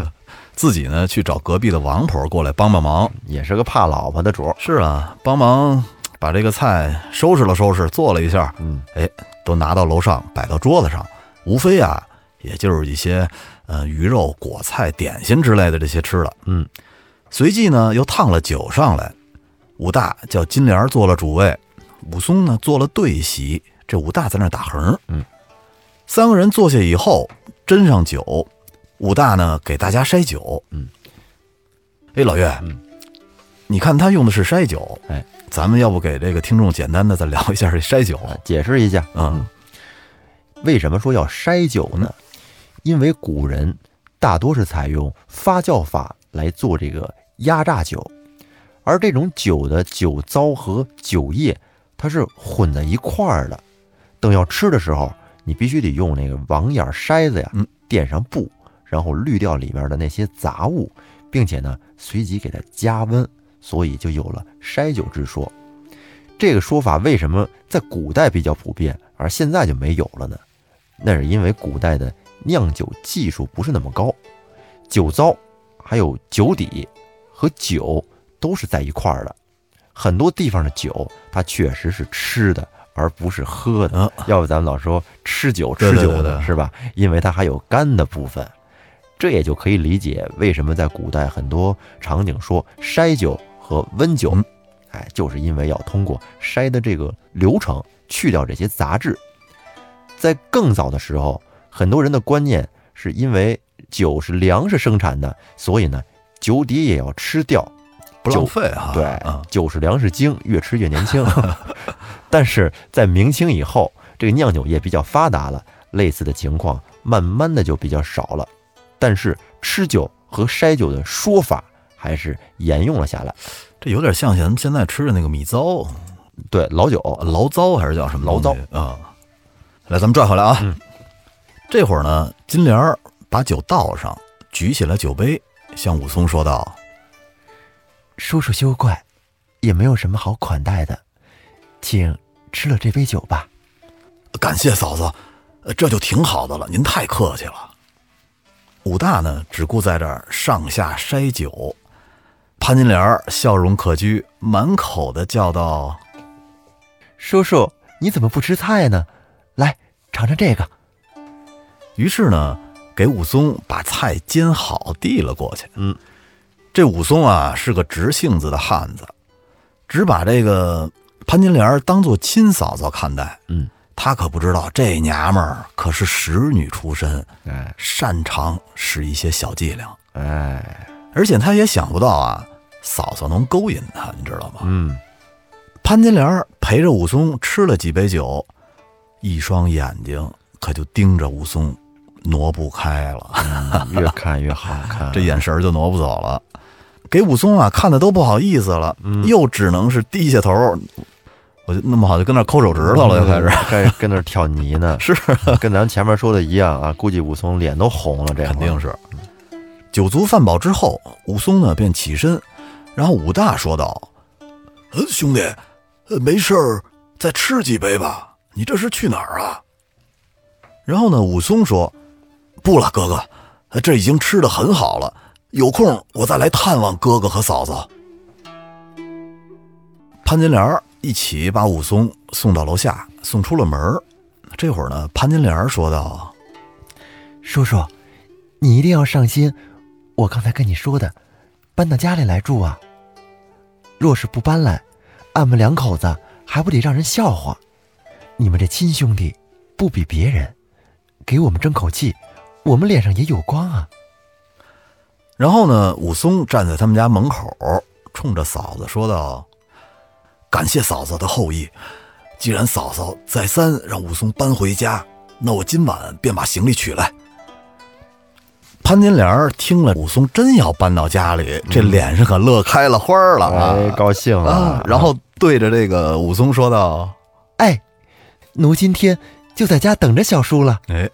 [SPEAKER 2] 自己呢去找隔壁的王婆过来帮帮忙。
[SPEAKER 1] 也是个怕老婆的主儿。
[SPEAKER 2] 是啊，帮忙把这个菜收拾了收拾，做了一下，
[SPEAKER 1] 嗯，
[SPEAKER 2] 哎，都拿到楼上摆到桌子上，无非啊，也就是一些呃鱼肉、果菜、点心之类的这些吃的。
[SPEAKER 1] 嗯，
[SPEAKER 2] 随即呢又烫了酒上来，武大叫金莲儿做了主位，武松呢做了对席，这武大在那儿打横。
[SPEAKER 1] 嗯，
[SPEAKER 2] 三个人坐下以后，斟上酒，武大呢给大家筛酒。
[SPEAKER 1] 嗯，
[SPEAKER 2] 哎，老岳，
[SPEAKER 1] 嗯
[SPEAKER 2] 你看他用的是筛酒，
[SPEAKER 1] 哎，
[SPEAKER 2] 咱们要不给这个听众简单的再聊一下这筛酒？
[SPEAKER 1] 啊解释一下，
[SPEAKER 2] 嗯，
[SPEAKER 1] 为什么说要筛酒呢？因为古人大多是采用发酵法来做这个压榨酒，而这种酒的酒糟和酒液它是混在一块儿的。等要吃的时候，你必须得用那个网眼筛子呀
[SPEAKER 2] 嗯，
[SPEAKER 1] 垫上布，然后滤掉里面的那些杂物，并且呢随即给它加温，所以就有了筛酒之说。这个说法为什么在古代比较普遍，而现在就没有了呢？那是因为古代的酿酒技术不是那么高，酒糟、还有酒底和酒都是在一块儿的。很多地方的酒，它确实是吃的，而不是喝的。
[SPEAKER 2] 嗯
[SPEAKER 1] 要不咱们老说吃酒
[SPEAKER 2] 对
[SPEAKER 1] 吃
[SPEAKER 2] 对
[SPEAKER 1] 酒
[SPEAKER 2] 对
[SPEAKER 1] 呢，
[SPEAKER 2] 对
[SPEAKER 1] 是吧？因为它还有干的部分，这也就可以理解为什么在古代很多场景说筛酒和温酒
[SPEAKER 2] 嗯，
[SPEAKER 1] 哎，就是因为要通过筛的这个流程去掉这些杂质。在更早的时候，很多人的观念是因为酒是粮食生产的，所以呢，酒底也要吃掉，
[SPEAKER 2] 不
[SPEAKER 1] 酒
[SPEAKER 2] 浪费啊。
[SPEAKER 1] 对
[SPEAKER 2] 嗯，
[SPEAKER 1] 酒是粮食精，越吃越年 轻。但是在明清以后，这个酿酒业比较发达了，类似的情况慢慢的就比较少了。但是吃酒和筛酒的说法还是沿用了下来。
[SPEAKER 2] 这有点像咱们现在吃的那个米糟、
[SPEAKER 1] 对，老酒，
[SPEAKER 2] 醪糟还是叫什么东西？
[SPEAKER 1] 醪
[SPEAKER 2] 啊、来，咱们拽回来啊。这会儿呢，金莲儿把酒倒上，举起了酒杯，向武松说道
[SPEAKER 4] 叔叔休怪，也没有什么好款待的，请吃了这杯酒吧。
[SPEAKER 2] 感谢嫂子，呃这就挺好的了，您太客气了。武大呢，只顾在这儿上下筛酒，潘金莲儿笑容可掬，满口的叫道
[SPEAKER 4] 叔叔，你怎么不吃菜呢？来尝尝这个。：“
[SPEAKER 2] 于是呢，给武松把菜煎好递了过去。”
[SPEAKER 1] 嗯，
[SPEAKER 2] 这武松啊是个直性子的汉子，只把这个潘金莲儿当做亲嫂嫂看待。
[SPEAKER 1] 嗯，
[SPEAKER 2] 他可不知道这娘们儿可是使女出身，
[SPEAKER 1] 哎
[SPEAKER 2] 擅长使一些小伎俩。
[SPEAKER 1] 哎，
[SPEAKER 2] 而且他也想不到啊，嫂嫂能勾引他，你知道吗？
[SPEAKER 1] 嗯，
[SPEAKER 2] 潘金莲儿陪着武松吃了几杯酒，一双眼睛可就盯着武松，挪不开了，
[SPEAKER 1] 越看越好看。
[SPEAKER 2] 这眼神儿就挪不走了，给武松啊看的都不好意思了，又只能是低下头，我就那么好就跟那儿抠手指头
[SPEAKER 1] 嗯
[SPEAKER 2] 了，又开始。
[SPEAKER 1] 开始跟那儿挑泥呢，
[SPEAKER 2] 是
[SPEAKER 1] 跟咱前面说的一样啊，估计武松脸都红了，这啊
[SPEAKER 2] 肯定是。酒足饭饱之后，武松呢便起身，然后武大说道：“呃，兄弟，呃没事儿，再吃几杯吧。你这是去哪儿啊？”然后呢，武松说：“不了，哥哥，呃这已经吃的很好了。有空我再来探望哥哥和嫂嫂。”潘金莲儿一起把武松送到楼下，送出了门儿。这会儿呢，潘金莲儿说道。
[SPEAKER 4] 叔叔，你一定要上心我刚才跟你说的，搬到家里来住啊。若是不搬来，俺们两口子还不得让人笑话？你们这亲兄弟不比别人，给我们争口气，我们脸上也有光啊。
[SPEAKER 2] 然后呢，武松站在他们家门口，冲着嫂子说道：“感谢嫂嫂的厚意，既然嫂嫂再三让武松搬回家，那我今晚便把行李取来。”潘金莲儿听了武松真要搬到家里，这脸上可乐开了花儿了啊！
[SPEAKER 1] 哎，高兴
[SPEAKER 2] 啊
[SPEAKER 1] 了。！
[SPEAKER 2] 然后对着这个武松说道
[SPEAKER 4] 哎，奴今天就在家等着小叔了。：“
[SPEAKER 2] 哎，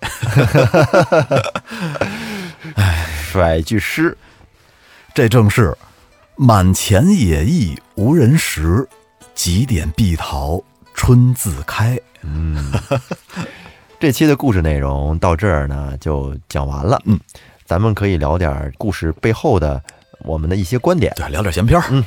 [SPEAKER 1] 哎甩句诗，
[SPEAKER 2] 这正是满前野意无人识，几点碧桃春自开。”
[SPEAKER 1] 嗯，这期的故事内容到这儿呢就讲完了。
[SPEAKER 2] 嗯，
[SPEAKER 1] 咱们可以聊点儿故事背后的我们的一些观点。
[SPEAKER 2] 对，聊点闲篇儿。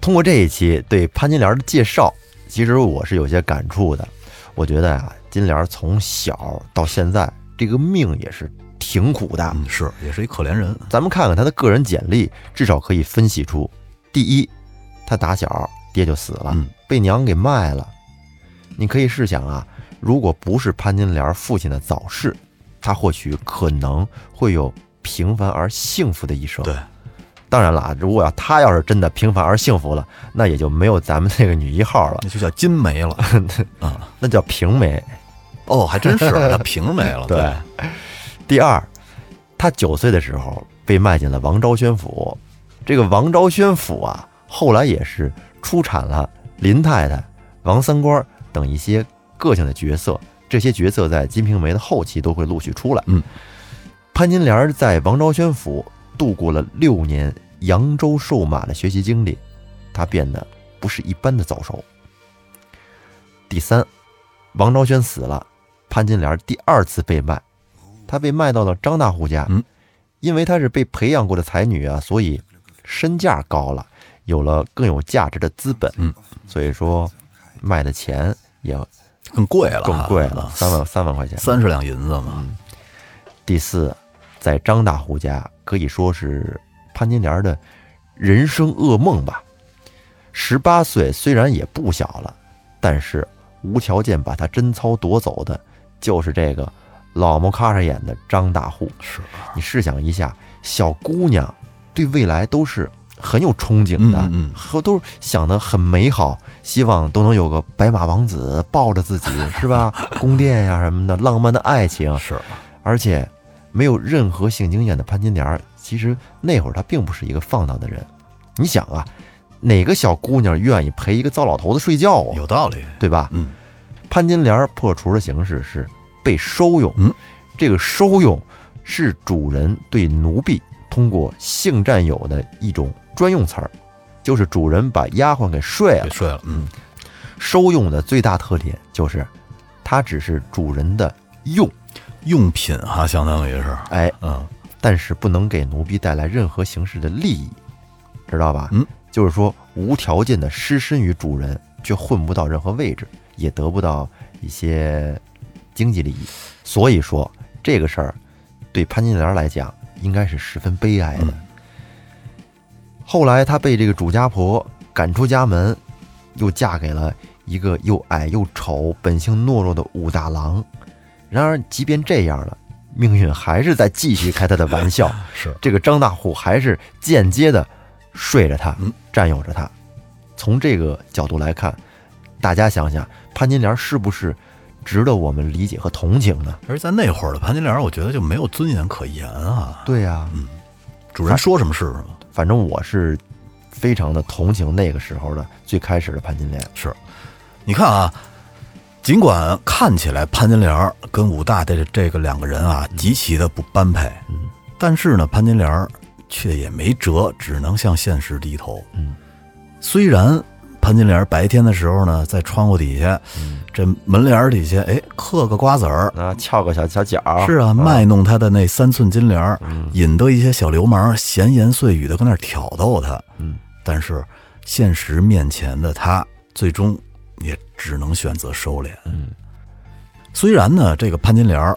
[SPEAKER 1] 通过这一期对潘金莲的介绍，其实我是有些感触的。我觉得啊，金莲从小到现在，这个命也是挺苦的。
[SPEAKER 2] 嗯，是，也是一可怜人。
[SPEAKER 1] 咱们看看她的个人简历，至少可以分析出：第一，她打小爹就死了，
[SPEAKER 2] 嗯
[SPEAKER 1] 被娘给卖了。你可以试想啊，如果不是潘金莲父亲的早逝，她或许可能会有平凡而幸福的一生。
[SPEAKER 2] 对，
[SPEAKER 1] 当然了啊，如果要她要是真的平凡而幸福了，那也就没有咱们这个女一号了，
[SPEAKER 2] 那就叫金没了。
[SPEAKER 1] 那叫平梅。
[SPEAKER 2] 哦，还真是，那瓶没 了。
[SPEAKER 1] 对第二，他九岁的时候被卖进了王昭宣府，这个王昭宣府啊，后来也是出产了林太太、王三官等一些个性的角色，这些角色在《金瓶梅》的后期都会陆续出来。
[SPEAKER 2] 嗯，
[SPEAKER 1] 潘金莲在王昭宣府度过了六年扬州瘦马的学习经历，她变得不是一般的早熟。第三，王昭宣死了，潘金莲第二次被卖，她被卖到了张大户家。
[SPEAKER 2] 嗯，
[SPEAKER 1] 因为她是被培养过的才女啊，所以身价高了，有了更有价值的资本。
[SPEAKER 2] 嗯，
[SPEAKER 1] 所以说卖的钱也
[SPEAKER 2] 更贵了，
[SPEAKER 1] 更贵了
[SPEAKER 2] 啊，
[SPEAKER 1] 三万三万块钱。
[SPEAKER 2] 三十两银子嘛。
[SPEAKER 1] 第四，在张大户家可以说是潘金莲的人生噩梦吧。十八岁虽然也不小了，但是无条件把她贞操夺走的，就是这个老毛咔嚓眼的张大户。
[SPEAKER 2] 是，
[SPEAKER 1] 你试想一下，小姑娘对未来都是很有憧憬
[SPEAKER 2] 嗯
[SPEAKER 1] 的，
[SPEAKER 2] 嗯嗯，
[SPEAKER 1] 和都是想的很美好，希望都能有个白马王子抱着自己，是吧？宫殿呀、什么的，浪漫的爱情。
[SPEAKER 2] 嗯是，啊
[SPEAKER 1] 而且没有任何性经验的潘金莲儿，其实那会儿她并不是一个放荡的人。你想啊，哪个小姑娘愿意陪一个糟老头子睡觉啊？
[SPEAKER 2] 有道理。
[SPEAKER 1] 对吧？
[SPEAKER 2] 嗯，
[SPEAKER 1] 潘金莲儿破除的形式是被收用，
[SPEAKER 2] 嗯，
[SPEAKER 1] 这个收用是主人对奴婢通过性占有的一种专用词儿，就是主人把丫鬟给睡了
[SPEAKER 2] 别。睡了，嗯，
[SPEAKER 1] 收用的最大特点就是，它只是主人的用，
[SPEAKER 2] 用品哈，相当于是，
[SPEAKER 1] 哎，
[SPEAKER 2] 嗯
[SPEAKER 1] 但是不能给奴婢带来任何形式的利益，知道吧？
[SPEAKER 2] 嗯，
[SPEAKER 1] 就是说无条件的失身于主人，却混不到任何位置，也得不到一些经济利益。所以说这个事儿对潘金莲来讲应该是十分悲哀的。
[SPEAKER 2] 嗯
[SPEAKER 1] 后来她被这个主家婆赶出家门，又嫁给了一个又矮又丑、本性懦弱的武大郎。然而，即便这样了，命运还是在继续开他的玩笑。
[SPEAKER 2] 是，
[SPEAKER 1] 这个张大户还是间接的睡着他
[SPEAKER 2] 嗯，
[SPEAKER 1] 占有着他。从这个角度来看，大家想想，潘金莲是不是值得我们理解和同情呢？
[SPEAKER 2] 而在那会儿的潘金莲，我觉得就没有尊严可言啊，
[SPEAKER 1] 对呀、
[SPEAKER 2] 主人说什么是什么，
[SPEAKER 1] 嗯反正我是非常的同情那个时候的最开始的潘金莲。
[SPEAKER 2] 你看啊。尽管看起来潘金莲跟武大的这个两个人啊极其的不般配，
[SPEAKER 1] 嗯
[SPEAKER 2] 但是呢，潘金莲却也没辙，只能向现实低头。
[SPEAKER 1] 嗯
[SPEAKER 2] 虽然潘金莲白天的时候呢，在窗户底下，
[SPEAKER 1] 嗯，
[SPEAKER 2] 这门帘儿底下，哎，嗑个瓜子儿，
[SPEAKER 1] 那、翘个小小脚儿
[SPEAKER 2] 是啊，卖弄他的那三寸金莲儿，
[SPEAKER 1] 嗯
[SPEAKER 2] 引得一些小流氓闲言碎语的跟那儿挑逗他。
[SPEAKER 1] 嗯，
[SPEAKER 2] 但是现实面前的他，最终也只能选择收敛。
[SPEAKER 1] 嗯，
[SPEAKER 2] 虽然呢，这个潘金莲儿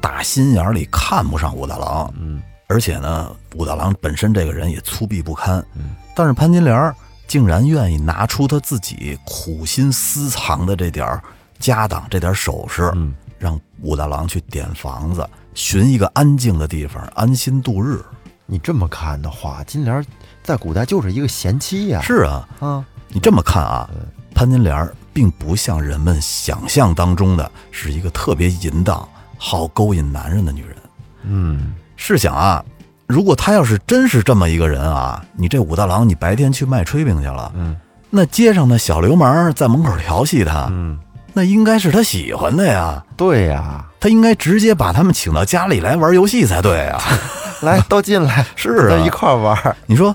[SPEAKER 2] 打心眼儿里看不上武大郎，
[SPEAKER 1] 嗯，
[SPEAKER 2] 而且呢，武大郎本身这个人也粗鄙不堪，嗯，但是潘金莲儿竟然愿意拿出他自己苦心私藏的这点儿家当、这点儿首饰，
[SPEAKER 1] 嗯，
[SPEAKER 2] 让武大郎去点房子，寻一个安静的地方安心度日。
[SPEAKER 1] 你这么看的话，金莲在古代就是一个贤妻呀、
[SPEAKER 2] 是啊，
[SPEAKER 1] 啊，
[SPEAKER 2] 你这么看啊，
[SPEAKER 1] 嗯
[SPEAKER 2] 潘金莲儿并不像人们想象当中的是一个特别淫荡、好勾引男人的女人。
[SPEAKER 1] 嗯，
[SPEAKER 2] 试想啊，如果她要是真是这么一个人啊，你这武大郎，你白天去卖炊饼去了，
[SPEAKER 1] 嗯，
[SPEAKER 2] 那街上的小流氓在门口调戏他，
[SPEAKER 1] 嗯，
[SPEAKER 2] 那应该是他喜欢的呀，
[SPEAKER 1] 对呀、
[SPEAKER 2] 他应该直接把他们请到家里来玩游戏才对啊。
[SPEAKER 1] 来都进来，
[SPEAKER 2] 是啊
[SPEAKER 1] 都一块儿玩儿。
[SPEAKER 2] 你说，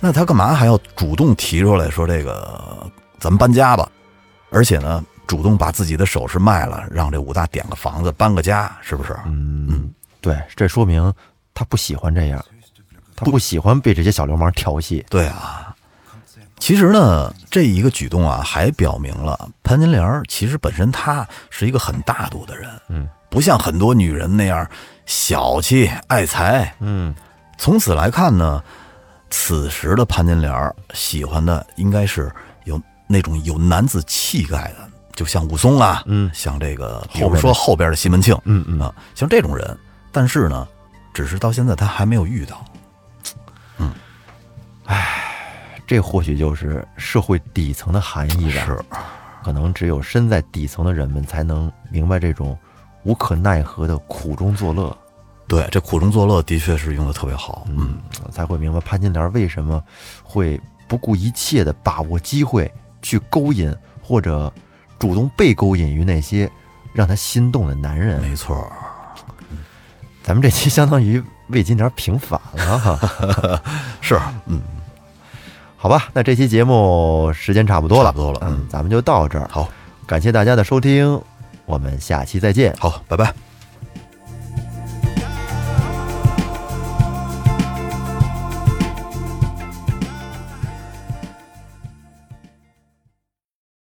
[SPEAKER 2] 那他干嘛还要主动提出来说这个咱们搬家吧？而且呢，主动把自己的首饰卖了，让这武大点个房子，搬个家，是不是？
[SPEAKER 1] 嗯，对，这说明他不喜欢这样，他不喜欢被这些小流氓调戏。
[SPEAKER 2] 对啊。其实呢，这一个举动啊，还表明了潘金莲儿其实本身她是一个很大度的人，
[SPEAKER 1] 嗯，
[SPEAKER 2] 不像很多女人那样小气爱财。
[SPEAKER 1] 嗯
[SPEAKER 2] 从此来看呢，此时的潘金莲儿喜欢的应该是有那种有男子气概的，就像武松啊，
[SPEAKER 1] 嗯
[SPEAKER 2] 像这个比
[SPEAKER 1] 后
[SPEAKER 2] 如
[SPEAKER 1] 面
[SPEAKER 2] 说后边的西门庆，
[SPEAKER 1] 嗯嗯，
[SPEAKER 2] 啊，像这种人。但是呢，只是到现在他还没有遇到。
[SPEAKER 1] 这或许就是社会底层的含义吧。
[SPEAKER 2] 是，
[SPEAKER 1] 可能只有身在底层的人们才能明白这种无可奈何的苦中作乐。
[SPEAKER 2] 对，这苦中作乐的确是用的特别好。嗯，
[SPEAKER 1] 才会明白潘金莲为什么会不顾一切的把握机会去勾引或者主动被勾引于那些让她心动的男人。
[SPEAKER 2] 没错儿。
[SPEAKER 1] 咱们这期相当于为金莲平反了哈，
[SPEAKER 2] 是，嗯，
[SPEAKER 1] 好吧？那这期节目时间差不多了，
[SPEAKER 2] 差不多了嗯
[SPEAKER 1] 嗯，咱们就到这儿，
[SPEAKER 2] 好，
[SPEAKER 1] 感谢大家的收听，我们下期再见。
[SPEAKER 2] 好，拜拜。